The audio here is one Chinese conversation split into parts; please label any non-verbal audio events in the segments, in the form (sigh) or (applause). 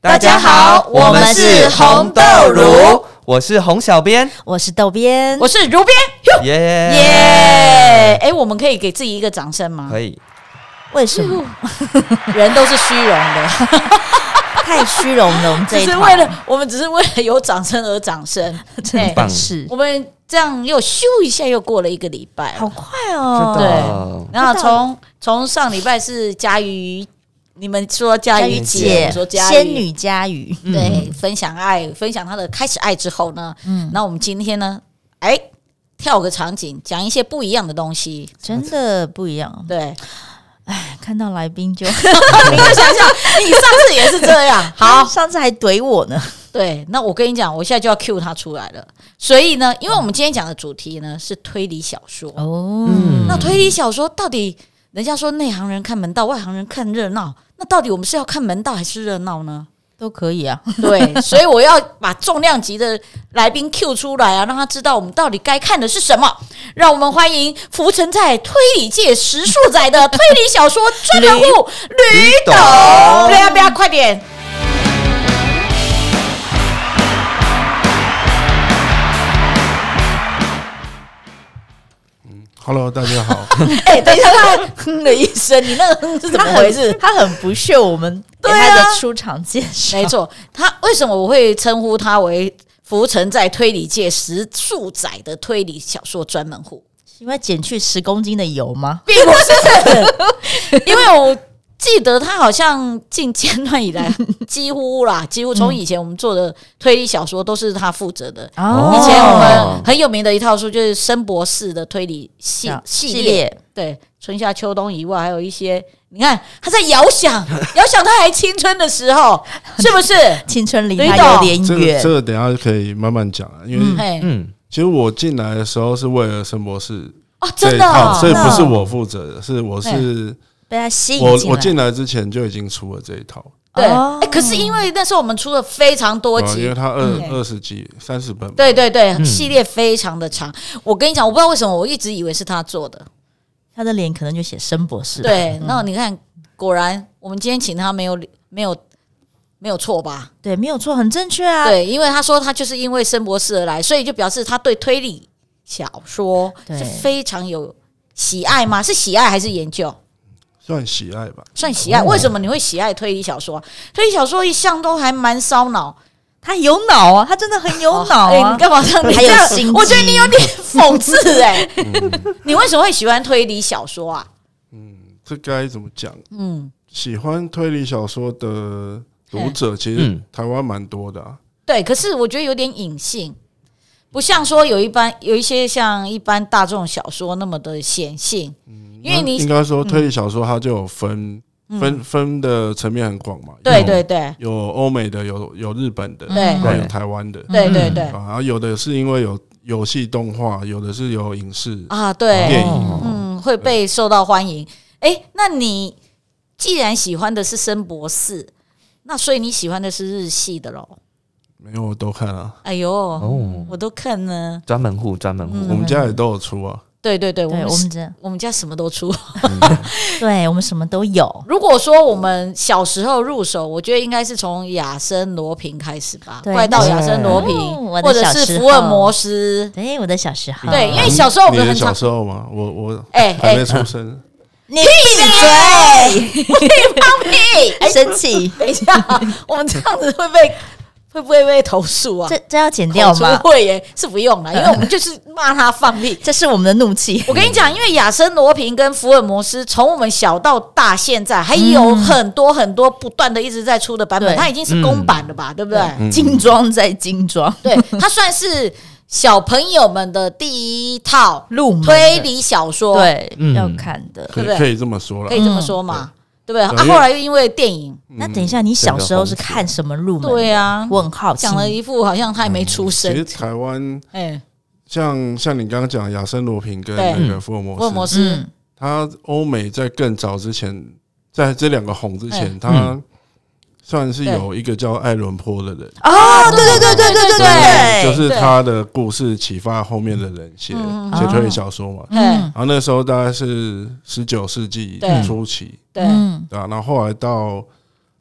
大家好我们是红豆乳，我是洪小编，我是豆边，我是如边，哟耶耶！哎，我们可以给自己一个掌声吗可？以，为什么人都是虚荣 (laughs) 的，太虚荣了？我们这 (laughs) 只一是团为了我们只是为了有掌声而掌声。哎棒是 (laughs) 我们这样又咻一下又过了一个礼拜，好快知哦，道然后从从上礼拜是佳瑜，你们说佳佳瑜瑜姐，姐我说，佳瑜仙女佳瑜，对，分享爱，分享他的开始爱之后呢，嗯，那我们今天呢，哎，跳个场景，讲一些不一样的东西，真的不一样。 (laughs) 对，看到来宾就你就想想，你上次也是这样，好，(laughs) (laughs) 好，上次还怼我呢。对，那我跟你讲，我现在就要 cue 他出来了，所以呢，因为我们今天讲的主题呢是推理小说，哦，嗯那推理小说到底，人家说内行人看门道，外行人看热闹，那到底我们是要看门道还是热闹呢？都可以 (laughs) 啊。 (laughs) 对，所以我要把重量级的来宾 Q 出来啊，让他知道我们到底该看的是什么。让我们欢迎浮沉在推理界十数载的推理小说专人物吕懂董。对啊，不要快点！ Hello，大家 (laughs) 好， (laughs) 哎、等一下，他哼了一声，你那个哼是怎么回事？他很不屑我们给对啊他的出场介绍 (laughs) 没。错，他为什么我会称呼他为浮沉在推理界十数载的推理小说专门户？因为减去十公斤的油吗？并不是，因为我记得他好像近阶段以来，几乎啦，几嗯乎从以前我们做的推理小说都是他负责的。哦以前我们很有名的一套书就是申博士的推理系啊系列，对春夏秋冬以外，还有一些，你看他在遥想，遥想他还青春的时候，是不是？青春离吕他董有点这个远这。个等一下可以慢慢讲啊，因为哎、嗯，其实我进来的时候是为了申博士哦，这真一的、套，哦，所以不是我负责的，是我是被他吸引我进来。我进来之前就已经出了这一套，对、哦哎可是因为那时候我们出了非常多啊集，因为嗯它二嗯二十几三十本，对，对对，系列非常的长。我跟你讲，我不知道为什么，我一直以为是他做的。他的脸可能就写申博士。，对，那你看，果然我们今天请他没有没有没有错吧？对，没有错，很正确啊。对，因为他说他就是因为申博士而来，所以就表示他对推理小说对是非常有喜爱吗？是喜爱还是研究？算喜爱吧，算喜爱。啊为什么你会喜爱推理小说？推理小说一向都还蛮烧脑，他有脑啊，他真的很有脑哎啊你。干嘛这样？你还这有样心，机我觉得你有点讽刺 (laughs) 哎、你为什么会喜欢推理小说啊？这该怎么讲？嗯，喜欢推理小说的读者其实嗯台湾蛮多的啊，对，可是我觉得有点隐性，不像说有一般有一些像一般大众小说那么的显性，因为嗯那你嗯应该说推理小说它就有分分分的层面很广嘛，对有对对有欧美的，有有日本的，嗯对然后有台湾的，对对嗯对啊，然后有的是因为有游戏动画，有的是有影视、啊，电对，影。嗯，会被受到欢迎。诶，那你既然喜欢的是申博士，那所以你喜欢的是日系的喽？没有我都看啊，哎呦，哦，我都看呢。专门户，专门嗯户，我们家也都有出啊。对对对，我对，们我们是这，我们家什么都出。对我们什么都有。如果说我们小时候入手，我觉得应该是从亚森罗平开始吧，对怪盗亚森罗平，嗯我的或者小是时福尔候摩斯。对，我的小时候。对，因为小时候我啊你们的很小常时候嘛，我我哎还哎没，出生，你闭哎嘴， (laughs) 生气。等一下，我们这样子会被 (laughs) 会不会被投诉啊？这这要剪掉口吗出？会耶，是不用了，因为我们就是骂他放屁。这是我们的怒气。我跟你讲，因为亚森罗平跟福尔摩斯从我们小到大，现在还有很多很多不断的一直在出的版本，嗯对嗯它已经是公版了吧，对不对？嗯精装再精装， (laughs) 对，它算是小朋友们的第一套入门的推理小说，，对嗯要看的。可对以不对可以这么说嗯了可。以这么说嘛？对不对？啊，因为后来又因为电影，嗯那等一下，你小时候是看什么入门？对啊，嗯我很好奇讲。了一副好像他还没出嗯其实生，台湾哎，像像你刚刚讲亚森罗平跟那个福尔摩福尔摩斯，嗯斯，他欧美在更早之前，在这两个红之嗯前，他算是有一个叫爱伦坡的人，哦，对对对对对对对，就是他的故事启发后面的人写嗯写推理小说嘛。嗯然后那时候大概是十九世纪对初期，对，嗯，对啊，然后后来到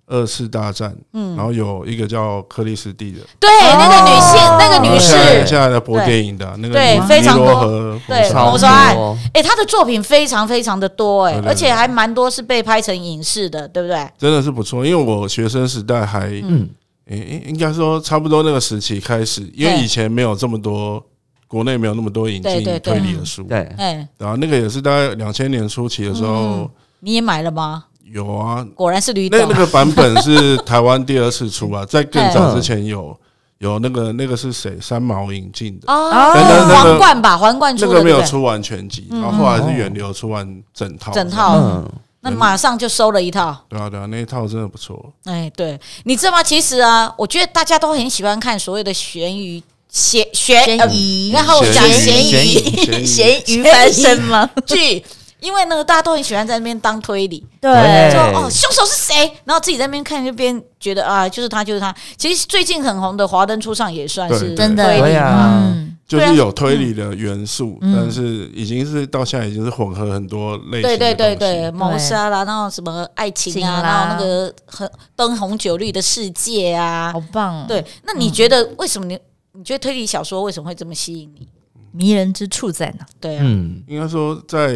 二次大战，嗯然后有一个叫克里斯蒂的，对，哦那个女性，那个女士，然后下来的播电影的那个对尼非常尼多罗河对超谋杀案哎，她的作品非常非常的多，哎对，对而且还蛮多是被拍成影视的，对不对？真的是不错，因为我学生时代还，嗯，应应该说差不多那个时期开始，因为对以前没有这么多，国内没有那么多引对进对对推理的书，对，哎，然后那个也是大概两千年初期的时嗯候你也买了吗？有啊，果然是驴那懂那，个版本是台湾第二次出 (laughs) 啊，在更早之前有嗯有那个那个是谁三毛引进的，哦但是那个皇冠吧，皇冠那哦出个的，没对有不对？嗯出完全集，然后后来是远流出完整套，整套，嗯，那马上就收了一套。对啊对啊，那一套真的不错，哎，对，你知道吗？其实啊，我觉得大家都很喜欢看所谓的悬疑、悬悬悬疑呃然后我讲悬悬疑疑 (laughs) (laughs) 悬疑咸鱼翻身吗？剧，因为呢，大家都很喜欢在那边当推理，对说哦凶手是谁，然后自己在那边看这边觉得啊就是他就是他。其实最近很红的《华灯初上》也算对是真的推对理啊嗯就是有推理的元素，嗯但是已经是到现在已经是混合很多类型对对的对东西对，谋杀啦，然后什么爱情啊，情啦然后那个很灯红酒绿的世界啊好，棒，，对。那你觉得为什么你你觉得推理小说为什么会这么吸引你？迷人之处在哪？对啊，嗯，应该说在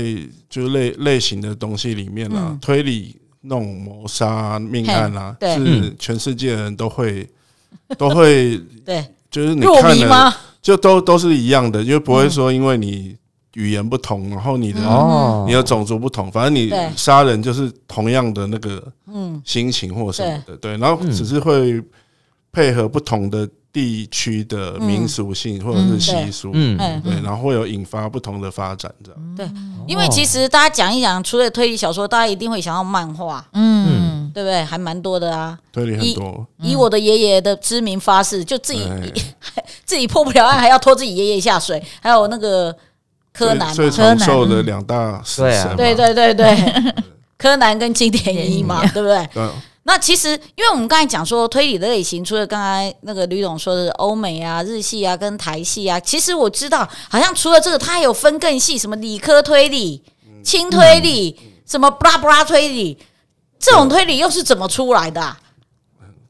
就是类类型的东西里面啦，嗯推理那种谋杀啊、命案啦、嘿对是全世界人都会 (laughs) 都会，对， (laughs) 就是嗯你入看迷了吗？嗯就都都是一样的，因为不会说因为你语言不同，然后你的、哦你，的种族不同，反正你对杀人就是同样的那个嗯，心情或什么的，对，然后只是会配合不同的地区的嗯民俗性或者是习俗，嗯哎，对，然后会有引发不同的发展这样。因哦为其实大家讲一讲，除了推理小说，大家一定会想要漫画，嗯，对不对？还蛮多的啊。推理很多，哎以我的爷爷的知名发誓，就自己对自己破不了案，还要拖自己爷爷下水，还有那个柯南最嘛，长寿的两大死神嘛，对啊对对对，柯南跟金田一嘛，嗯对不对？对，啊那其实，因为我们刚才讲说推理的类型，除了刚才那个吕董说的欧美啊、日系啊、跟台系啊，其实我知道，好像除了这个，它还有分更细，什么理科推理、轻推理，什么布拉布拉推理，这种推理又是怎么出来的、啊？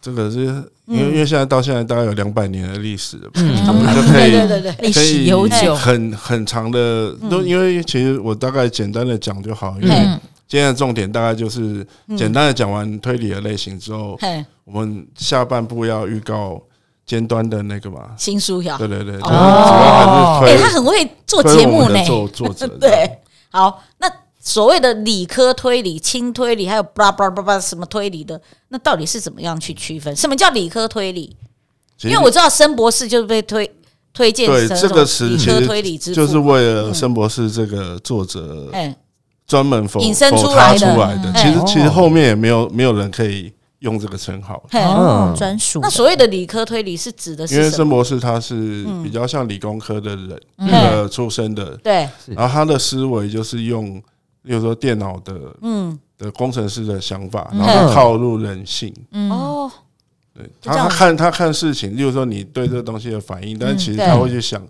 这个是嗯因为因为现在到现在大概有两百年的历史了吧，嗯我们就可对对以对对，历可史以悠久，很很长的，都因为其实我大概简单的讲就好，因为嗯今天的重点大概就是简单的讲完推理的类型之后，嘿，我们下半部要预告尖端的那个嘛，新书呀，对对对，就是主哦要哎、还是啊他推很会做节目呢推我们 (laughs) 的，作作者对，好，那所谓的理科推理、轻推理，还有布拉布拉布拉什么推理的，那到底是怎么样去区分？什么叫理科推理？其实因为我知道申博士就是被推推荐对成这个什么词理其科实推理之父，嗯就是为了申博士这个作者哎，专门否引申否出他来出的来的嗯，其实哎其实后面也没有没有人可以用这个称号，嘿哦，嗯专属的那所谓的理科推理是指的因为是什申么？博士他是比较像理工科的人嗯呃出身的，对，然后他的思维就是用，例如说电脑的嗯，的工程师的想法，嗯然后套入人性，嗯，哦，对就他，这样他看他看事情，就是说你对这个东西的反应，但是其实嗯对嗯他会去想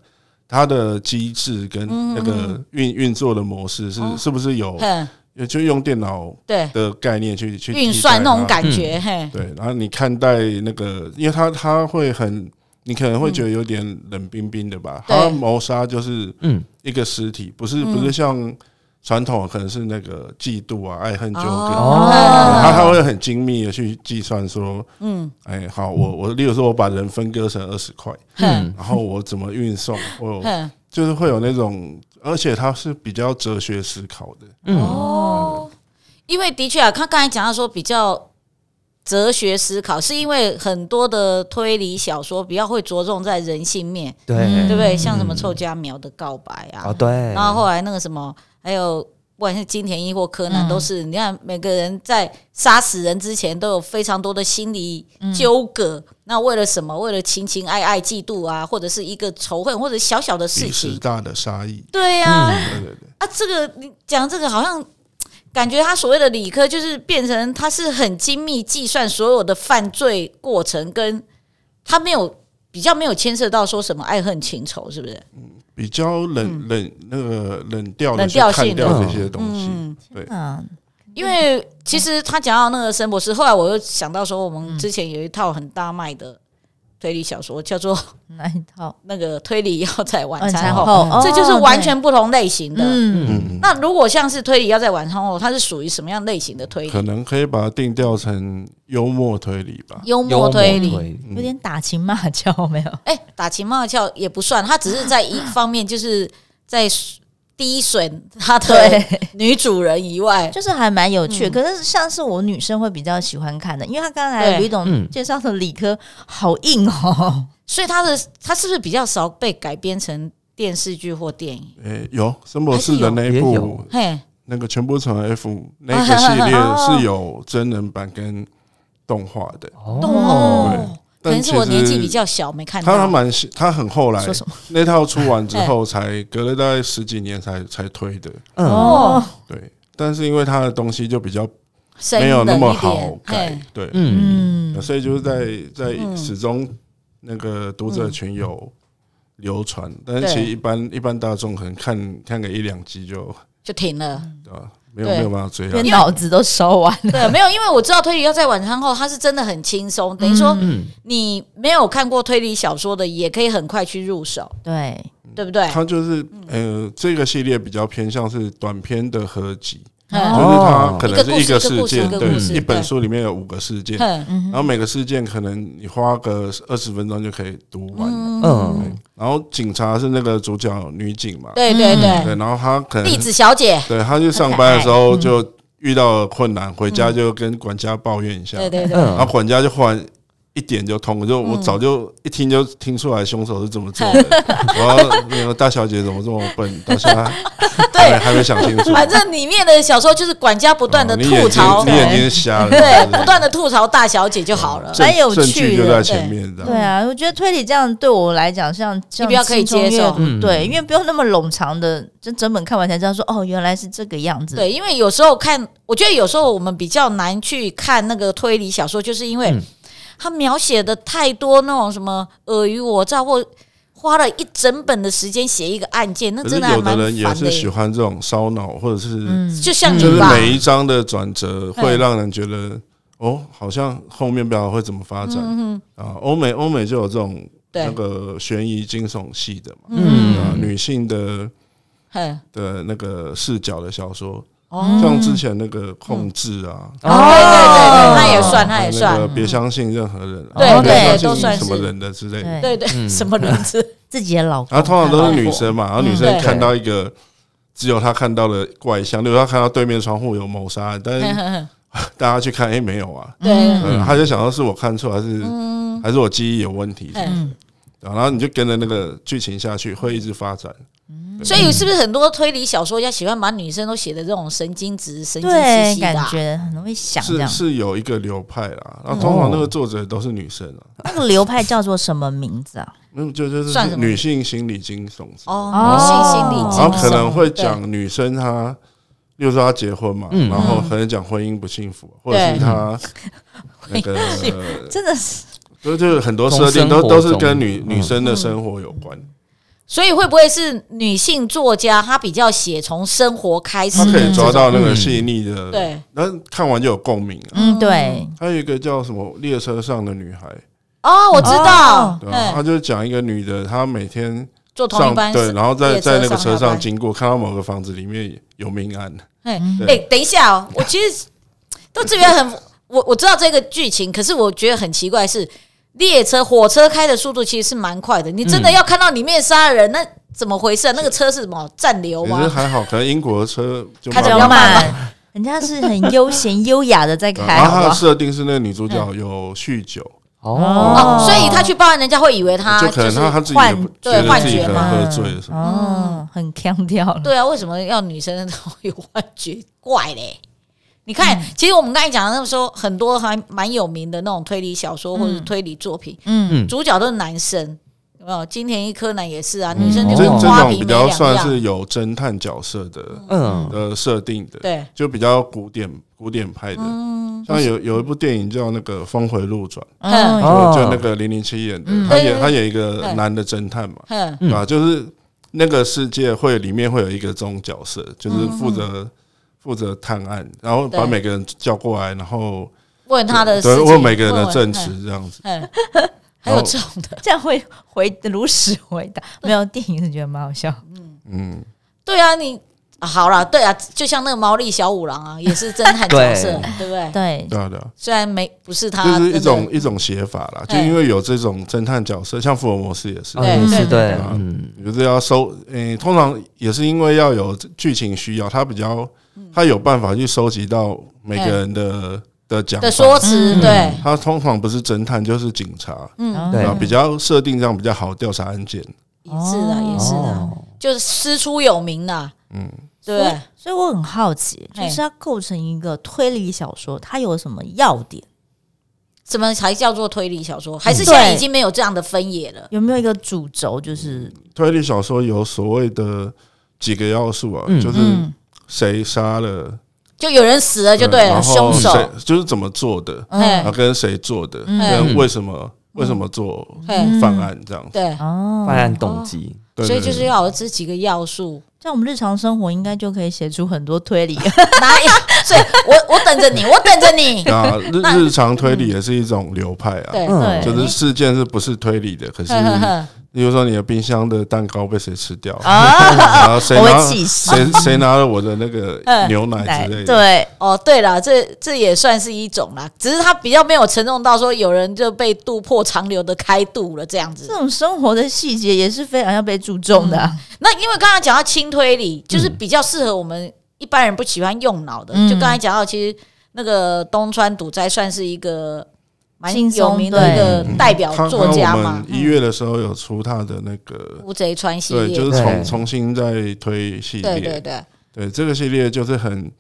他的机制跟那个运运作的模式哦是是不是有，嘿，就用电脑对，的概念哦去去运算替代那种它感觉，嘿，对，然后你看待那个，因为他他会很，你可能会觉得有点冷冰冰的吧？嗯对嗯他谋杀就是嗯一个尸体，不是不是像传统可能是那个嫉妒啊、爱恨纠葛。哦他他会很精密的去计算说，嗯，哎，好，我我例如说，我把人分割成二十块，嗯嘿，然后我怎么运送，我嘿，就是会有那种，而且他是比较哲学思考的，哦，因为的确啊，他刚才讲到说比较。哲学思考是因为很多的推理小说比较会着重在人性面，对嗯嗯对不对？像什么《臭家苗的告白》啊，哦对，然后后来那个什么，还有不管是金田一或柯南，嗯都是你看每个人在杀死人之前都有非常多的心理纠葛。那为了什么？为了情情爱爱、嫉妒啊，或者是一个仇恨，或者小小的事比情师。大的杀意，对呀、啊，对对对，啊，这个你讲这个好像感觉他所谓的理科就是变成他是很精密计算所有的犯罪过程，跟他没有比较没有牵涉到说什么爱恨情仇，是不是？比较冷冷那个冷嗯冷调的去调性看掉的这些东西，嗯对，嗯，因为其实他讲到那个申博士，后来我又想到说，我们之前有一套很大卖的推理小说，叫做那一套那个推理要在晚餐餐后，嗯哦后，这就是完全不同类型哦的。对嗯，嗯，那如果像是推理要在晚餐后，它是属于什么样类型的推嗯可理？能可以把它定调成幽默推理吧，幽幽默默推理，有点打情骂俏，没有？哎、打情骂俏也不算，他只是在一方面就是在低损他的 (laughs) 对，女主人以外，就是还蛮有趣。嗯可是像是我女生会比较喜欢看的，因为她刚才对吕董嗯介绍的理科好硬哦，所以他的他是不是比较少被改编成电视剧或电影？诶，哎有森博士的那还是有也一部有嘿，那个全部成 F (laughs) 那个系列是有真人版跟动画的，哦，可但能是我其实年纪比较小，没看他他到。蛮喜他很后来说什么？ (laughs) 那套出完哎之后，才隔了大概十几年才才推的，嗯，哦，对。但是因为他的东西就比较深没有那么冷一好点，改嘿，，对，嗯，嗯，所以就是在嗯在始终那个读者群有流传，但是对其实一般一般大众可能看看个一两集就就停了。对吧，没有对没有办法追了连。脑子都烧完嗯了。对，没有，因为我知道推理要在晚餐后，它是真的很轻松，等于说嗯你没有看过推理小说的，也可以很快去入手，对，对不对？它就是嗯呃，这个系列比较偏向是短篇的合集，就嗯是它哦可能是一个故事事一件，个故事一个对故事，一本对书里面有五个事件，哼嗯然哼，后每个事件可能你花个二十分钟就可以读完。嗯，然后警察是那个主角女警嘛，对对对，嗯对，然后她可能栗子小姐，对，她去上班的时候就遇到了困难，回家就跟管家抱怨一下，嗯对嗯对对，嗯然后管家就忽然。一点就通了，就我早就一听就听出来凶手是怎么 (laughs) 做的，然后那个大小姐怎么这么笨，到现在还没对，还没想清楚，反正里面的小说就是管家不断的哦你眼吐槽，睛你眼睛瞎了，对，不断的的吐槽大小姐就好了。蛮有证趣据就的在前面，这对样啊，我觉得推理这样对我来讲，像像比较可以接受轻松阅读嗯对，因为不用那么冗长的，就整本看完才知道说，哦，原来是这个样子。对，因为有时候看，我觉得有时候我们比较难去看那个推理小说，就是因为嗯他描写的太多那种什么尔虞我诈，或花了一整本的时间写一个案件，那可是真还有蛮的人也烦是的喜耶。欢这种烧脑，或者是嗯，就像你就是吧，每一章的转嗯折会让人觉得哦，好像后面不知道会怎么发展啊。欧美欧美就有这种嗯对那个悬疑惊悚系的嘛，啊嗯，女性的嗯，的那个视角的小说，哦，像之前那个控制啊，对对对，哦那也算，哦那也那个算，嗯别相信任何人啊，对不要对相都信算什么是人的之类的。对，对嗯对，什么轮子？ (laughs) 自己的 (laughs) 老公，然啊后通常都是女生嘛，然后女嗯生对看到一个只有她看到的怪象，例如她看到对面窗户有谋杀案，(laughs) 但是大家去看，哎、没有啊，对，嗯，她就想到是我看错，还是、嗯，还是我记忆有问题，啊嗯然后你就跟着那个剧情下去，会一直发展。所以是不是很多推理小说家喜欢把女生都写的这种神经质、神经兮对，兮感的啊、觉很容易想这是样。是有一个流派啦，然后通常那哦个作者都是女生啊，那个流派叫做什么名 (laughs) 字啊？那就就算是什么女性心理惊悚之类的哦，女性心哦理然后惊可能悚，会讲女生她，例如说她结婚嘛，嗯然后可能讲婚姻不幸福，或者是 (laughs) 她那个，真的是就就是很多设从定生都活都是跟女中女生的生活有关。所以会不会是女性作家她比较写从生活开始她可的以这抓种？到那个细腻的，对那看完就有共鸣啊。嗯，对，还有一个叫什么《列车上的女孩》，哦，我知道哦，对吧？嗯，她就讲一个女的，她每天坐同一上班对，然后在列车在那个车上下上班经过，看到某个房子里面有命案，哎、对等一下哦，我其实到这边很，我我知道这个剧情，可是我觉得很奇怪是，列车火车开的速度其实是蛮快的，你真的嗯要看到里面杀人，那怎么回事啊、那个车是什么啊暂留可是吗？还好，可能英国的车就开比着较比较慢慢，人家是很悠闲优雅的在对开，然后好 (laughs) 它不的好？设定是那个女主角有酗酒，哦，哦，所以他去报案，人家会以为他就可能他他自己也幻不觉对得幻自己觉可能嘛喝醉了什么，哦，很腔调了。对啊，为什么要女生有幻觉？怪嘞！ (laughs) 你看，嗯其实我们刚才讲的那时候，很多还蛮有名的那种推理小说或者推理作品，嗯，主角都是男生，有没有？金田一柯南也是啊，女生嗯就这是哦这花种瓶比没较两算样。是有侦探角色的嗯，呃设定的，对，就比较古典古典派的。像有有一部电影叫那个《峰回路转》，嗯嗯，哦就就那个零零七演的，他对演对他演一个对男的侦探嘛，哼，嗯啊，就是那个世界会里面会有一个这种角色，就是负嗯责负责探案，然后把对每个人叫过来，然后问他的对事情问每个人的证，问词这样子。嗯，嗯还有这种的，这样会回如实回答。没有电影是觉得蛮好笑，嗯，对啊，你啊好了，对啊，就像那个毛利小五郎啊，也是侦探角色，对不对？对， (laughs) 对啊对啊，虽然没不是他就真是的，一种一种写法啦，就哎因为有这种侦探角色，像福尔摩斯也是啊，对也是对对，对嗯，就是要收，诶、通常也是因为要有剧情需要，他比较嗯他有办法去收集到每个人的的讲法的说辞，嗯对，他通常不是侦探就是警察，嗯，对啊，比较设定这样比较好调查案件。也是的，啊也是的，哦就是师出有名的，嗯，对，所以我很好奇，嘿就是它构成一个推理小说，它有什么要点？什么才叫做推理小说？还是嗯现在已经没有这样的分野了？有没有一个主轴？就是推理小说有所谓的几个要素啊，嗯就是嗯谁杀了，呃就有人死了就对了，然后凶手，谁就是怎么做的，哎然后跟谁做的，嗯跟为什么为什么做嘿，犯案这样子。对，哦犯案动机，对所以对就是对要有这几个要素。 (laughs) 在我们日常生活应该就可以写出很多推理。哪有？所以我我等着 (laughs) 你，我等着你。那 (laughs) 日日常推理也是一种流派啊，对，嗯，对就是事件是不是推理的，可是呵呵呵比如说你的冰箱的蛋糕被谁吃哦掉，啊，然后谁我拿会气死谁谁拿了我的那个嗯牛奶之类的， (laughs) 对，哦，对了，这这也算是一种啦，只是他比较没有沉重到说有人就被渡破长流的开渡了这样子这。种生活的细节也是非常要被注重的啊。那因为刚才讲到轻推理，就是比较适合我们一般人不喜欢用脑的。嗯就刚才讲到，其实那个东川笃哉算是一个蛮轻松有名的一个代表他作家嗯他我嘛们，一月的时候有出他的那个，乌贼川系对，列，就是对重重新再推系对对列，对，对这个系列就是很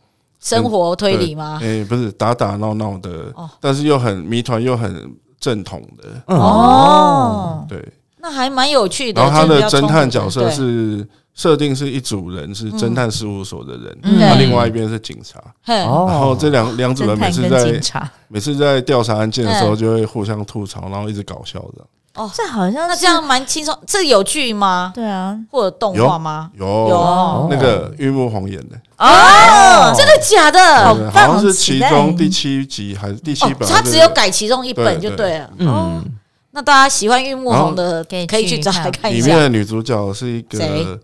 生活推理吗？诶不是打打闹闹的哦，但是又很谜团又很正统的，嗯哦，对。那还蛮有趣的。然后他就是的比较侦探角冲色突的嗯是设定是一组人是侦探事务所的人，嗯那对另外一边是警察，对嘿哦，然后这两嗯两组侦嗯人每探次跟警在察，每次在调查案件的时候就会互相吐槽，然后一直搞笑的。这好像那是这样蛮轻松。这有剧吗？对啊，或者动画吗？有哦有那个玉木宏演的，哦，真的假的？对棒好像是期其待中第七集还是第七哦，本，他只有改其中一本就对对了。嗯，那大家喜欢玉木宏的，可以可以去去找看来看一里面下。的女主角是一谁个，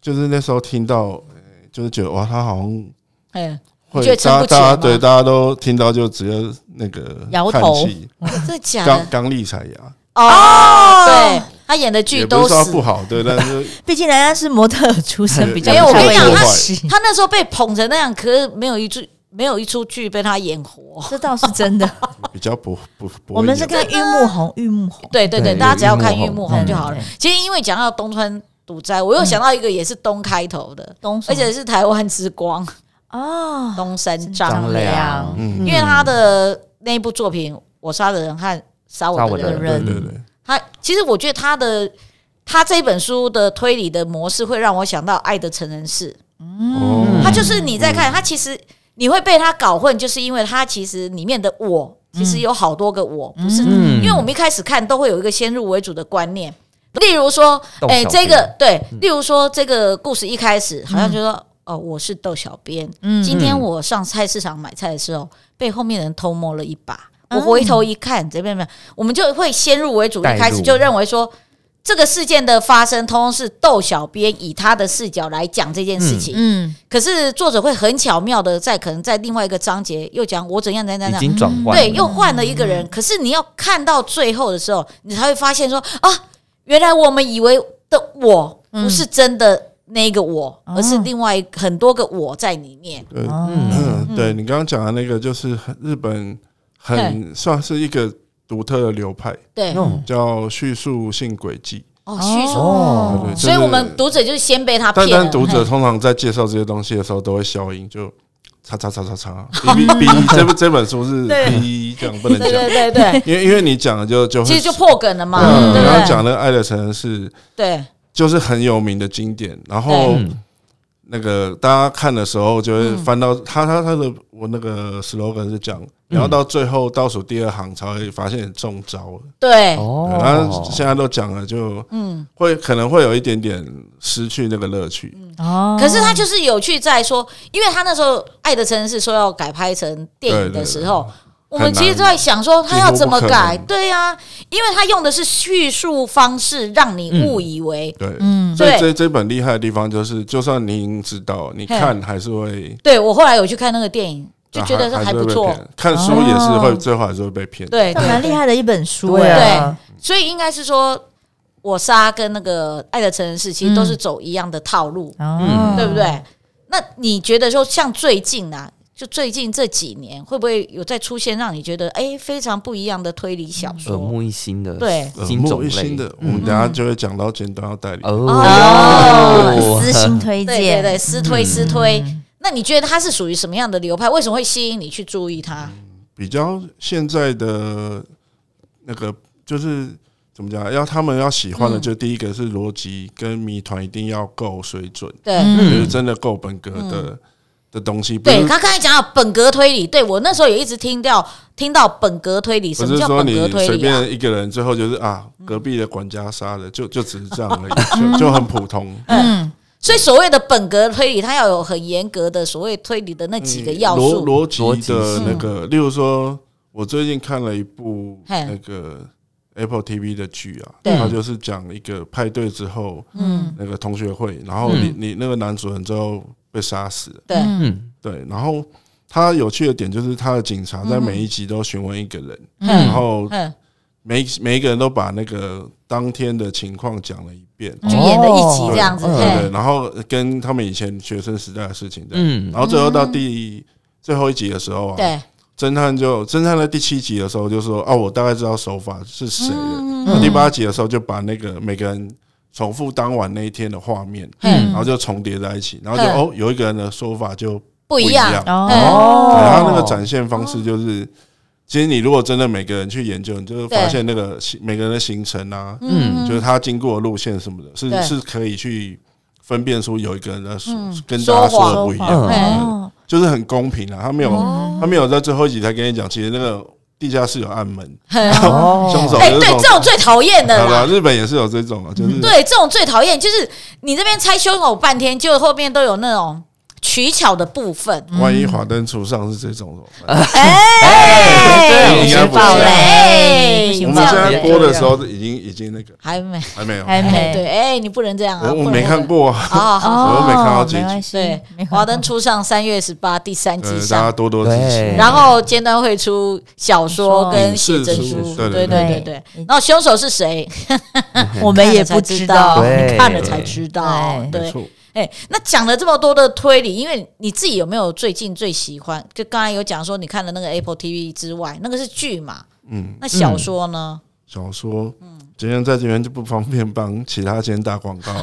就是那时候听到，呃就是觉得哇，她好像嗯，会你觉得撑大不家起来大吗家对大家都听到就直接那个摇叹头气真的假刚的？刚力彩牙，哦，对，他演的剧也不都是是说她不好，对，但是毕竟人家是模特儿出身，比较没有我跟你讲他他他那时候被捧成那样，可是没有一出没有一出剧被他演活。 (laughs) 这倒是真的。比较不不不会我们是演看啊玉木宏，玉木宏，对对对，对大家只要看玉玉木木宏宏就好了嗯。其实因为讲到东川笃哉，我又想到一个也是东开头的，东而且是台湾之光哦， (laughs) 东山张张良良，嗯因为他的那一部作品《我杀的人和杀杀我我的的人》人对对对，他其实我觉得他的他这本书的推理的模式会让我想到《爱的成人式》，嗯嗯哦他就是你在看他，其实你会被他搞混，就是因为他其实里面的我其实有好多个我，不是嗯因为我们一开始看都会有一个先入为主的观念。例如说，窦哎、小这编嗯个对，例如说这个故事一开始好像就说，哦，我是窦小编，嗯今嗯天我上菜市场买菜的时候，被后面人偷摸了一把。我回头一看，这边没有，我们就会先入为主，嗯带一入开始就认为说这个事件的发生，通通是窦小编以他的视角来讲这件事情。嗯，可是作者会很巧妙的在可能在另外一个章节又讲我怎样怎样怎已样，经转换，对，又换了一个人。可是你要看到最后的时候，你才会发现说啊，原来我们以为的我不是真的那个我，而是另外很多个我在里面。呃对，哦，嗯，嗯，对你刚刚讲的那个就是很日本对很算是一个独特的流派，对，嗯叫叙述性轨迹。哦，叙述。哦对对所以就是我们读者就是先被他但骗了但。读者通常在介绍这些东西的时候，都会消音，就叉叉叉叉叉，B (laughs) B B，这部这本书是 B，这样不能对讲，对对对，因为因为你讲了就就会其实就破梗了嘛，嗯对刚刚不讲对？那个《爱的成人》是对，就是很有名的经典，然后嗯那个大家看的时候就嗯会翻到他他他的我那个 slogan 是讲，然后到最后倒数第二行才会发现中招了。对，哦对，然后现在都讲了，就嗯。会可能会有一点点失去那个乐趣。哦可是他就是有趣在说，因为他那时候《爱的成人》是说要改拍成电影的时候，我们很难其实都在想说他要怎么几乎不可改。能对啊，因为他用的是叙述方式，让你误以为。对，嗯，所以对这这本厉害的地方就是，就算你已经知道，你看还是会对我后来有去看那个电影，嗯就觉得还啊还是会不被错。骗看书也是会哦最后还是会被骗。对，这蛮厉害。害的一本书对哎啊，所以应该是说，我杀跟那个《爱的成人式》其实都是走一样的套路。哦对不？嗯对？那你觉得说，像最近啊，就最近这几年，会不会有再出现让你觉得哎、非常不一样的推理嗯小耳说？目一新的，对耳新种类目呃一新的，我嗯们等一下就会讲到剪短要代理。哦哦，私心推对对荐，对，私推嗯私推。那你觉得它是属于什么样的流派？为什么会吸引你去注意它？比较现在的那个就是怎么讲？要他们要喜欢的，嗯就第一个是逻辑跟谜团一定要够水准，对、就嗯是真的够本格的的东西，嗯不对，是他刚才讲到本格推理，对我那时候也一直听到听到本格推理，不什么是叫说本你格推随理啊？便一个人最后就是啊，隔壁的管家杀的，就就只是这样 (laughs) 而已，就就很普通。嗯，所以所谓的本格推理，它要有很严格的所谓推理的那几个要逻素。嗯逻辑逻辑嗯的是那个，例如说，我最近看了一部嘿那个 Apple TV 的剧啊，对它就是讲一个派对之后，嗯，那个同学会，然后你、你那个男主人最后被杀死了，对，嗯，对，然后他有趣的点就是他的警察在每一集都询问一个人，然嗯后嗯，每每一个人都把那个当天的情况讲了一遍，就演了一集这样子。哦对嘿对，然后跟他们以前学生时代的事情的，嗯然后最后到第最后一集的时候啊，对，侦探就侦探在第七集的时候就说啊，我大概知道手法是谁了。嗯那第八集的时候就把那个每个人重复当晚那一天的画面，嗯然后就重叠在一起，然后就嗯哦，有一个人的说法就不一一样。哦，哦对，他那个展现方式就是，其实你如果真的每个人去研究，你就会发对现那个行每个人的行程啊，嗯就是他经过的路线什么的，是对是可以去分辨出有一个人的说嗯跟大家说说谎哦的不一样，嗯对哦，就是很公平啊，他没有他没有在最后一集才跟你讲，其实那个地下室有暗 (laughs) 门，哦凶手哎，就是对，这种最讨厌的好吧，啦。日本也是有这种啊，就是对，这种最讨厌就是你这边猜凶手半天，就后面都有那种取巧的部分。万一华灯初上是这种怎么嗯办哎应该不是爆哎雷，不行我这们样现子在播的时候已经已经那个还没，还没有，还哎，没对，哎，你不能这样啊！我我不能没这样看过啊， (laughs) (laughs) 啊。好哦，我没看到这一集没关系，对没，看华灯初上，三月十八第三呃集大家上，多多支持对，。然后尖端会出小嗯说跟写真影视书，书对对对对对对对。然后凶手是谁？我们也不知道，对看了才知道，对没对。错，哎、那讲了这么多的推理，因为你自己有没有最近最喜欢？就刚才有讲说你看了那个 Apple TV 之外，那个是剧嘛？嗯，那小说呢？小说，嗯今天在这边就不方便帮其他间打广 (laughs) 告了，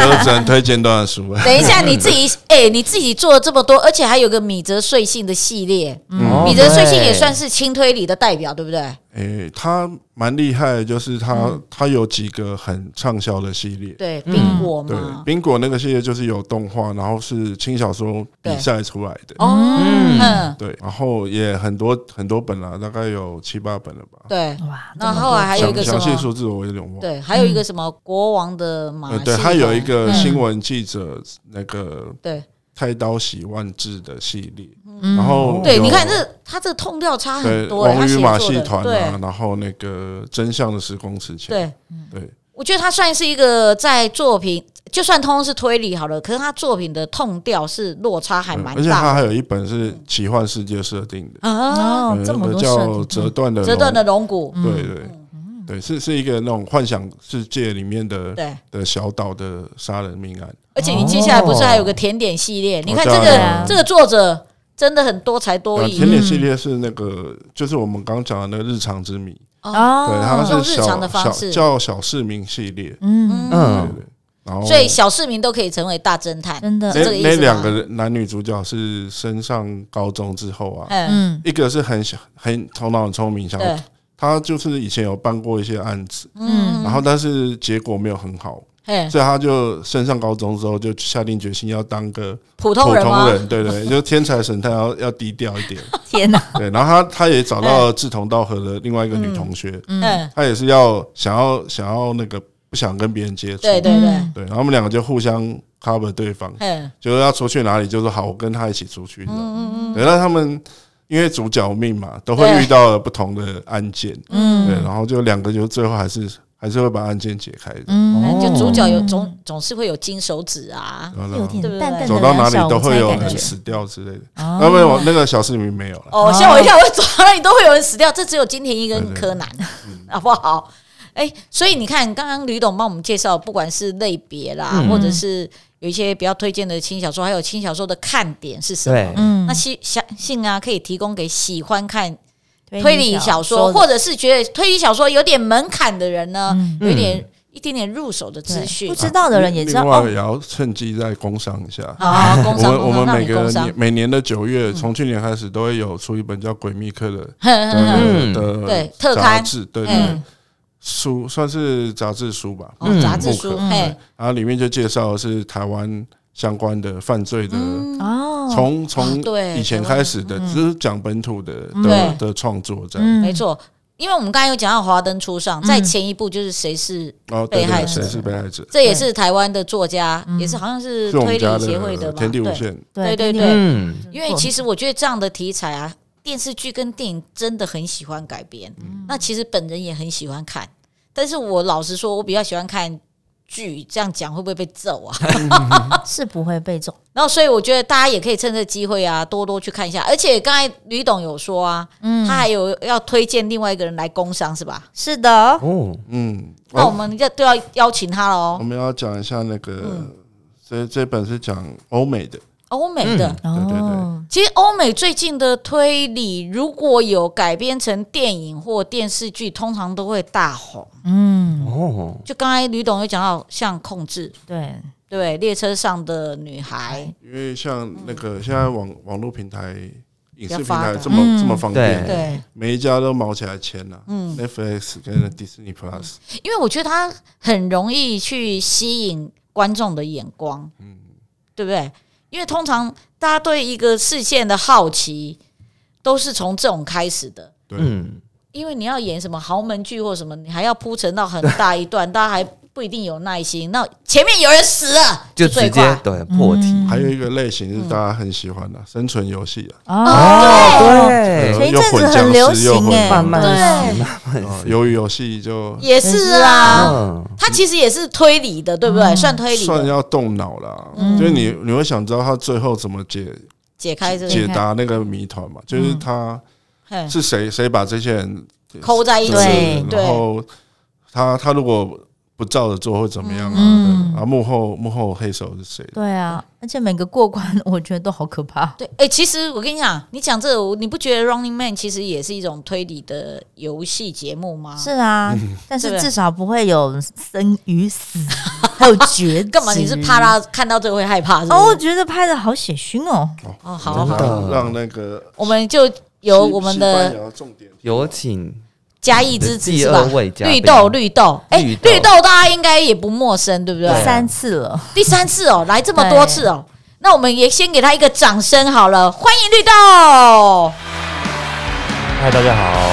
就只能推荐段书了。等一下，你自己嗯哎、你自己做了这么多，而且还有个米泽穗信的系列，哦米泽穗信也对算是轻推理的代表，对不对？诶，哎他蛮厉害的，就是他嗯他有几个很畅销的系列，对，嗯冰果对嘛，，冰果那个系列就是有动画，然后是轻小说比赛出来的，哦，嗯，对，然后也很多很多本啦，大概有七八本了吧。对。哇，那后来还有一详个什详细么？数字我有点忘了。对，还有一个什么国王的马嗯呃，戏团？对，他有一嗯个新闻记者那个对开刀洗万智的系列，然后嗯对，有你看这他这痛调差对很多、哎王他宇写马作戏的团对啊，然后那个真相的时空之前，对，对我觉得他算是一个在作品，就算通通是推理好了，可是他作品的痛调是落差还嗯蛮而且他大还有一本是奇幻世界设定的，啊。哦呃，这那么个多叫设折定，断的折断的嗯龙，龙骨，对对对，是是一个那种幻想世界里面的对，的小岛的杀人命案，而且你接下来不是还有个甜点系列？你看这哦对个啊这个作者真的很多才多啊艺甜。点系列是那个，就是我们刚刚讲的那个日常之谜，哦，对，它用是日常小的方小式叫小市民系列，嗯，对嗯，对。然后所以小市民都可以成为大侦探。真的这，个那意思吗哦那两个人男女主角是升上高中之后啊，嗯，嗯一个是很想很头脑很聪明，想对，他就是以前有办过一些案子，嗯，然后但是结果没有很好，嘿，所以他就升上高中之后就下定决心要当个普通普人吗通？人，对对，就天才神探要要低调一点，天哪，对。然后他他也找到了志同道合的另外一个女同学，嗯，她也是要想要想要那个不想跟别人接触，对对对，嗯对，然后我们两个就互相 cover 对方，嗯就是要出去哪里，就说好，我跟他一起出去。这样嗯对，那他们因为主角命嘛，都会对遇到不同的案件，对，嗯然后就两个就最后还是还是会把案件解开的。嗯，哦就主角有总总是会有金手指啊，然后有点淡淡的走到哪两小里都无猜会有感人觉死掉之类的。啊哦那没有那个小市民没有了，哦，吓我一跳！我走到那里都会有人死掉，这只有金田一跟对对柯南， (laughs) 好不好？哎、所以你看，刚刚吕董帮我们介绍，不管是类别啦，嗯或者是有一些比较推荐的轻小说，还有轻小说的看点是什么？对，嗯那希相信啊，可以提供给喜欢看推理小说，的或者是觉得推理小说有点门槛的人呢，嗯有一点一点点入手的资对讯不知道的人也知道另外哦也要趁机再工商一下。啊，工我商们工商我们让每你个工商年，每年的九嗯月，从去年开始都会有出一本叫《诡秘课》的哼哼哼嗯的的对特杂刊志，对对对嗯，书算是杂志书吧， (laughs) 哦嗯杂志木书，刻嘿，然后里面就介绍的是台湾相关的犯罪的，哦，从从嗯啊对嗯以前开始的，台湾只是讲本土的的对的创作这样。嗯没，错。因为我们刚才有讲到《华灯初上》，嗯在前一部就是谁是，哦，被对害对，者谁是被害者？这也是台湾的作家，也是好像是嗯是我推们理家协会的嘛，天地无对。限，对对对对对，嗯，因为其实我觉得这样的题材啊，电视剧跟电影真的很喜欢改编。嗯那其实本人也很喜欢看，但是我老实说，我比较喜欢看剧。这样讲会不会被揍啊？ (laughs) 哦是不会被中，然后，所以我觉得大家也可以趁这机会啊，多多去看一下。而且刚才吕董有说啊，嗯他还有要推荐另外一个人来工商是吧？是的，哦，嗯，那我哦们要都要邀请他哦我喽。们要讲一下那个嗯，这这本是讲欧美的，欧美的，嗯对对哦，其实欧美最近的推理，如果有改编成电影或电视剧，通常都会大红。嗯，哦，就刚才吕董有讲到，像《控制》对，对《列车上的女孩因为像那个现在网网络平台、比影视较平发台达这么嗯这么方对》便，对，嗯每一家都毛起来签了，Netflix 跟 Disney Plus，因为我觉得它很容易去吸引观众的眼光，嗯，对不对？因为通常大家对一个事件的好奇，都是从这种开始的。对嗯，因为你要演什么豪门剧或什么，你还要铺陈到很大一段，大家还不一定有耐心。那前面有人死了，就最直快接对破题，还有一个类型是大家很喜欢的生存游戏啊，嗯哦，对前一又阵子混很僵流尸又行混哎，慢慢对洗，啊鱿鱼游戏就也是啊，嗯，它其实也是推理的，对不对？算推理算的，要动脑啦，就是你你会想知道他最后怎么解解开这解个答那个谜团嘛，就是他嘿是谁谁把这些人抠在一起，对然对后他他如果不照着做会怎么样啊？嗯对啊，幕后幕后黑手是谁？对啊，而且每个过关我觉得都好可怕，对。哎，其实我跟你讲，你讲这个我，你不觉得《Running Man》其实也是一种推理的游戏节目吗？是啊，嗯但对是不对至少不会有生与死，还有绝 (laughs) 干嘛？你是怕他？他看到这个会害怕？是不是哦，我觉得拍的好血腥哦，哦，好真好的，让让那个我们就由西我们西的班牙重点有请嘉义之子第是二吧？位嘉宾绿豆，绿豆，哎、绿豆绿豆大家应该也不陌生，对不啊对？对三次了，第三次哦，来这么多次哦，那我们也先给他一个掌声好了，欢迎绿豆。嗨，大家好，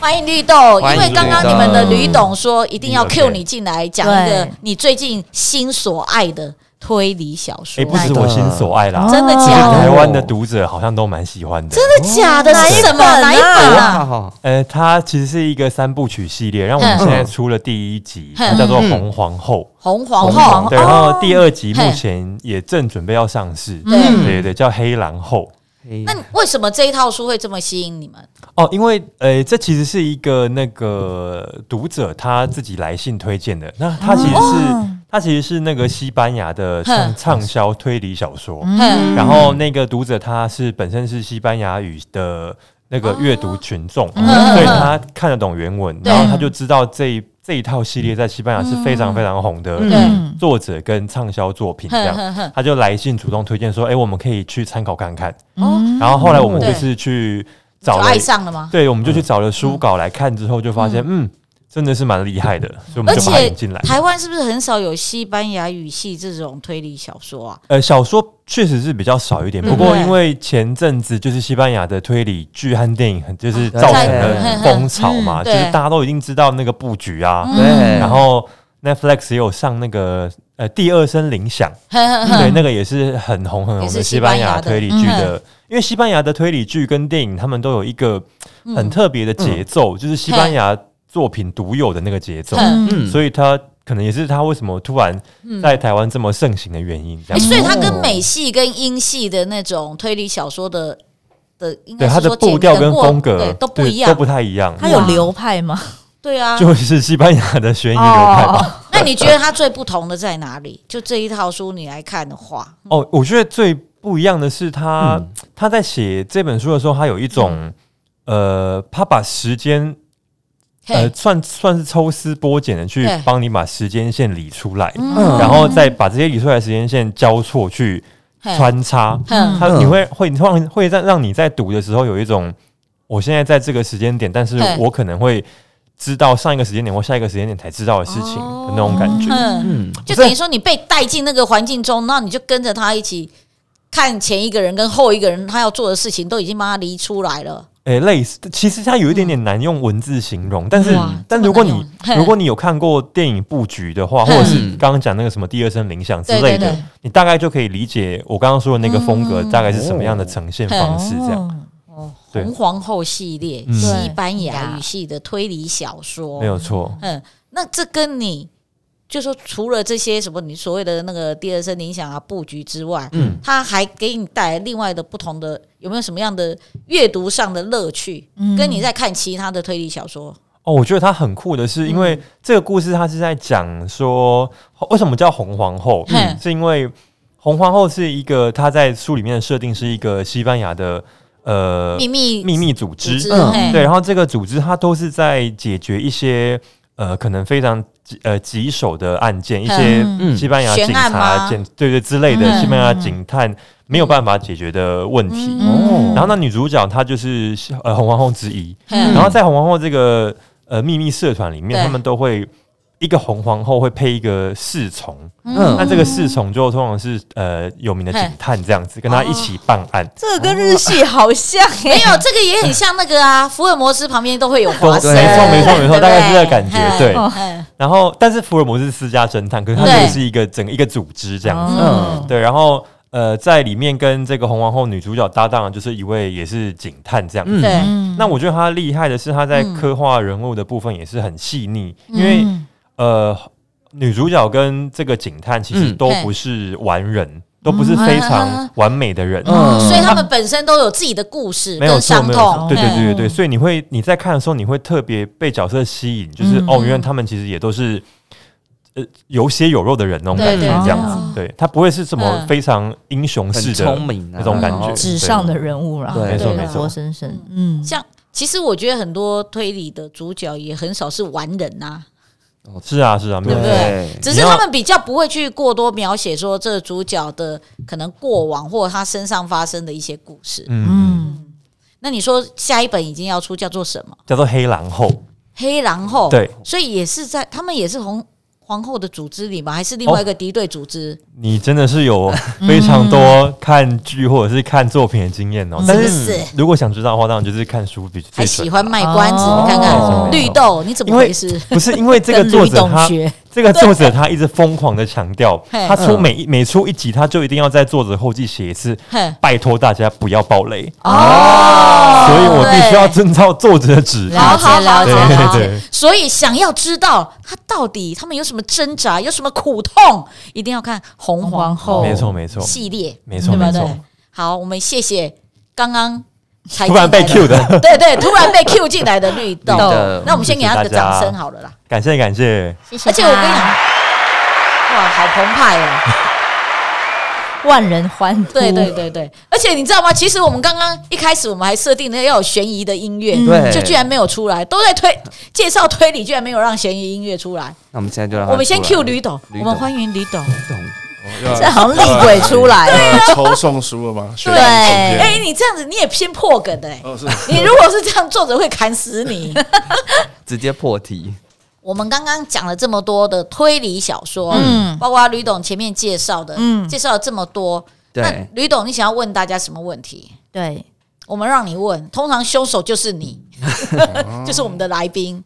欢迎绿豆，欢因迎为刚刚绿豆你们的吕董说一定要嗯 Q 你进来讲一个对你最近心所爱的推理小说哎哎、，不是是我我心心所所爱啦，真的哦假台的？湾的读者好像都蛮喜欢的。真的，真的假的？是什么？哪哪一一本啊本啊？哇，呃，它其实是一个三部曲系列，然后我嗯们现在出了第一集，嗯它叫做《红皇后红》，皇红皇后，哦对，然后第二集嘿目前也正准备要上市，对对对对，叫《黑狼后嘿那你为什么这一套书会这么吸引你们？》。哦，因为呃，这其实是一个那个读者他自己来信推荐的，那他其实是、哦他它其实是那个西班牙的畅哼畅销推理小说，嗯哼然后那个读者他是本身是西班牙语的那个阅读群众，嗯所以他看得懂原文，对然后他就知道这一这一套系列在西班牙是非常非常红的嗯对嗯作者跟畅销作品，这哼哼样哼他就来信主动推荐说，哎，我们可以去参考看看。嗯哦，然后后来我们就是去找就了，爱上嗯了吗？对，我们就去找了书稿来看之后，就发现嗯。真的是蛮厉害的，所以我们而就把它且引进来。台湾是不是很少有西班牙语系这种推理小说啊？呃，小说确实是比较少一点，嗯不过对因为前阵子就是西班牙的推理剧和电影，很就是对造成在了风潮嘛，嗯就对是大家都已经知道那个布局嗯啊，对，然后 Netflix 也有上那个呃《第二声铃响》，哼 (laughs) 哼对，哼，那个也是很红很嗯也红是的西西班班牙的牙嗯推理剧的，因为西班牙的推理剧跟电影他们都有一个嗯很特别的节奏，就是西班牙作品独有的那个节奏，嗯嗯所以它可能也是它为什么突然在台湾这么盛行的原因，这诶样子。所以它跟美系跟英系的那种推理小说的的，应该对是它的说步简调的跟过风格对都不一样，都不太一样。它有流派吗？对啊。就是西班牙的哦悬疑流派 (laughs) 吧。那你觉得它最不同的在哪里？就这一套书你来看的话，哦，我觉得最不一样的是他，他在写这本书的时候，他有一嗯种呃，他把时间呃嘿，算算是抽丝剥茧的去对帮你把时间线理出来，嗯然后再把这些理出来的时间线交错去嘿穿插。哼他你会会你会会让让你在读的时候有一种，我现在在这个时间点，但是对我可能会知道上一个时间点或下一个时间点才知道的事情的那种感觉。哼，嗯，就等于说你被带进那个环境中，那你就跟着他一起看前一个人跟后一个人他要做的事情，都已经帮他理出来了。诶、类似，其实它有一点点难用文字形容，但是哇但这么如果难你用嘿如果你有看过电影布局的话，或者是刚刚讲那个什么第二声铃响之对类对的，对嗯你大概就可以理解我刚刚说的那个风格大概是什么样的呈现方式，这样、哦对红皇后系列，嗯西班牙语系的推理小说，没有错。嗯，那这跟你就说除了这些什么你所谓的那个第二声影响啊布局之外，嗯，它还给你带来另外的不同的有没有什么样的阅读上的乐趣？嗯跟你在看其他的推理小说，哦，我觉得它很酷的是，因为这个故事它是在讲说为什么叫红皇后，嘿嗯是因为红皇后是一个她在书里面的设定是一个西班牙的呃秘密秘密组组织，织，嗯嘿对，，然后这个组织它都是在解决一些呃可能非常棘呃棘手的案件，一些嗯西班牙警悬案吗察、检对对之类的嗯西班牙警探没有办法解决的问题。嗯哦然后那女主角她就是呃红皇后之一，嗯然后在红皇后这个呃秘密社团里面，对他们都会。一个红皇后会配一个侍从，那嗯这个侍从就通常是呃有名的警嘿探这样子，跟他一起办案。这个跟日系好像没哎，有，这个也很像那个啊，福尔摩斯旁边都会有华生，对没错没错对没错，不对大概是这个感觉。对，嗯然后，但是福尔摩斯是私家侦探，可是他对也是一个整个一个组织这样子。哦对，然后呃，在里面跟这个红皇后女主角搭档的就是一位也是警探这样嗯子。对，嗯那我觉得他厉害的是，他在刻画人物的部分也是很细腻，因为嗯呃，女主角跟这个警探其实嗯都不是完人，都不是非常完美的人。嗯所以他们本身都有自己的故事没有跟错，伤没有痛，错，对对嗯对对对，所以你会你在看的时候，你会特别被角色吸引，就是、嗯哦，原来他们其实也都是呃有血有肉的人那种对感觉对，这样哦子，对他不会是什么嗯哦非常英雄式很的，聪明啊那种感觉然后纸上的人物啦，对没错对啊没活错，生生，嗯，像其实我觉得很多推理的主角也很少是完人呐、是啊是啊，没对有不错，对对？只是他们比较不会去过多描写说这个主角的可能过往或者他身上发生的一些故事。嗯，那你说下一本已经要出叫做什么？叫做黑狼后，黑狼后，对，所以也是在他们也是红皇后的组织里吗？还是哦另外一个敌对组织？你真的是有非常多看剧或者是看作品的经验哦，但嗯是不是是？如果想知道的话，当然就是看书比还最准喜。欢卖关子？你看哦看绿豆，你怎么因为回事？不是因为这个跟作吕 (laughs) 者洞他学这个作者他一直疯狂的强调，嘿他出每一每出一集，他就一定要在作者后记写一次嘿，拜托大家不要暴雷，哦所以我必须要对遵照作者的指令。好好好对好好对好对，所以想要知道他到底他们有什么挣扎，有什么苦痛，一定要看《红皇后没错没错，系列，没错对吧没错对好，我们谢谢刚刚才突然被 Q 的，的， (laughs) 对对，突然被 Q 进来的绿豆绿豆。那我们先给他个谢谢大掌家声好了啦。感谢感谢，谢谢而且我跟你讲，哇，好澎湃哦！万人欢呼。对对对对，而且你知道吗？其实我们刚刚一开始我们还设定那要有悬疑的音乐，对就居然没有出来，都在推介绍推理，居然没有让悬疑音乐出来。那我们现在就让我们先 Q 吕董董，，我们欢迎迎吕董。哦要这好像厉鬼出来了。呃抽送书了吗？对对哎，你这样子你也偏破梗的哎、哦是，你如果是这样，作者会砍死你。直接破题，我们刚刚讲了这么多的推理小说，嗯嗯，包括吕董前面介绍的，嗯，嗯介绍了这么多，那对，吕董，你想要问大家什么问题？对，我们让你问，通常凶手就是你，哦 (laughs) 就是我们的来宾，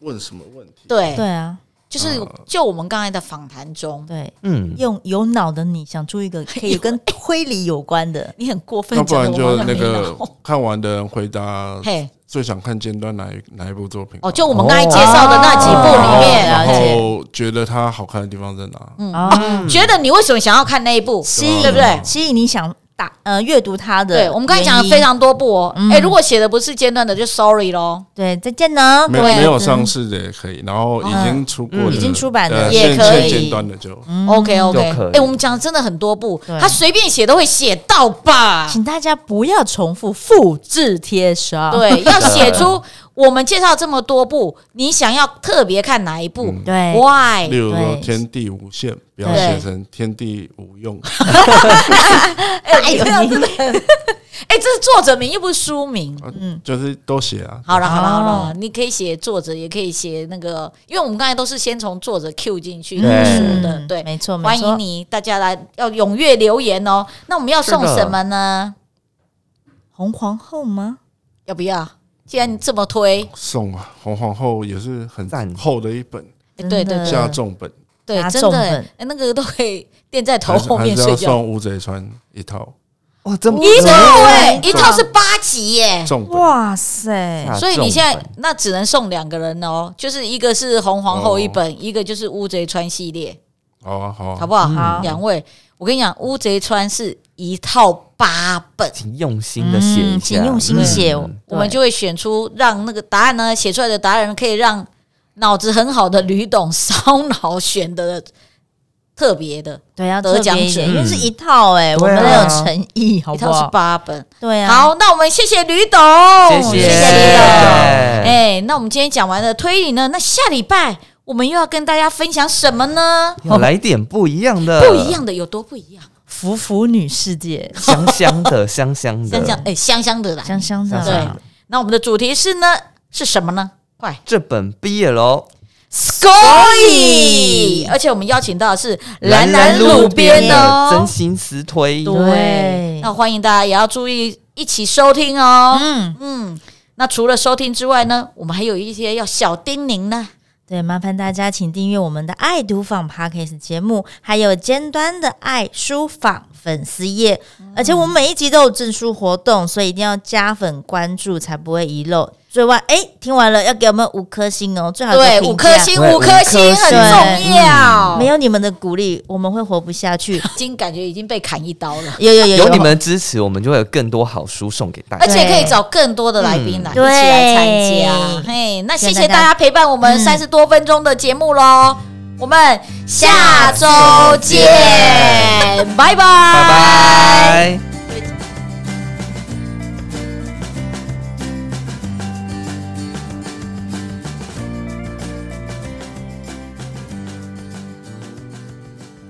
问什么问题？对，对啊，就是就我们刚才的访谈中，对，嗯，用有脑的你想出一个可以跟推理有关的 (laughs) ，你很过分要，不讲然得就我好像那没个脑看完的人回答嘿，最想看尖端哪一哪一部作品？哦，就我们刚才介绍的那几部哦里面，嗯了然解后觉得它好看的地方在哪？哦啊，觉得你为什么想要看那一部，吸引对不对？吸引你想打呃阅读它的原因。对，我们刚才讲了非常多部哦，嗯哎，如果写的不是间断的，就 sorry 咯。对，再见呢，没各位没有上市的也可嗯以，然后已经出过的、嗯已经出版的呃也现可现以尖端的就 OK 就 OK，可哎、以我们讲的真的很多部，对他随便写都会写到吧？请大家不要重复复制贴上。 (laughs) 对，要写出我们介绍这么多部，你想要特别看哪一部、嗯对 w h 例 y 如说对“天地无限”，不要对写成“天地 (laughs) 无用哎呦，哎、这是作者名又不是书名”，。嗯，就是都写啊。好了好了好了哦，你可以写作者，也可以写那个，因为我们刚才都是先从作者 Q 进去对书的，嗯对，没错没错欢迎你，大家来要踊跃留言哦。那我们要送是的什么呢？红皇后吗？要不要？既然你这么推，送啊，《红皇后》也是很赞厚的一本哎对对真的对，下重本，对，拿真重的、本哎那个都可以垫在头还是后面还是睡要觉。送乌啊贼川一套哇，这么一套哎、对一套是八集耶、重本。哦哇塞，哇所以你重现在本那只能送两个人哦，就是一个是红皇后一哦本，一个就是乌贼川系列，好啊，哦好啊，好不好？好两位，我跟你讲，乌贼川是一套八本，请用心的写一嗯下，请用心写嗯对我们就会选出让那个答案呢写出来的答案可以让脑子很好的吕董烧脑选的特别的，对，要得特别奖一点者因为是一套哎，我嗯对们啊要有诚意，好一不套是好？八本。对啊，好，那我们谢谢吕董，谢谢吕董。谢，哎，那我们今天讲完了推理呢，那下礼拜我们又要跟大家分享什么呢？要来点不一样的，不一，样的有多不一样？腐腐女世界，香香 (laughs) 的，香香的，香香哎，香香的啦。香香的香对香啦的，那我们的主题是呢，是什么呢？快这本毕业喽，所以，而且我们邀请到的是蓝蓝蓝路路边边的的哦真，心实推，对那欢迎大家也要注意一起收听哦。嗯，嗯，那除了收听之外呢，我们还有一些要小叮咛呢。对，麻烦大家请订阅我们的“爱读坊 ”Podcast 节目，还有尖端的爱书坊粉丝页。嗯而且我们每一集都有证书活动，所以一定要加粉关注，才不会遗漏。最外，哎，听完了要给我们五颗星哦，最好对，给评五颗价。星，对五颗星五颗很星重要。没有你们的鼓励，我们会活不下去。已经感觉已经被砍一刀了。有有有有你们的支持，我们就会有更多好书送给大而家。且可以找更多的来宾来、一嗯起来参加。对嘿，那谢谢谢谢大家大家陪伴我们嗯三十多分钟的节目喽，我们下周见，拜拜。拜，拜拜。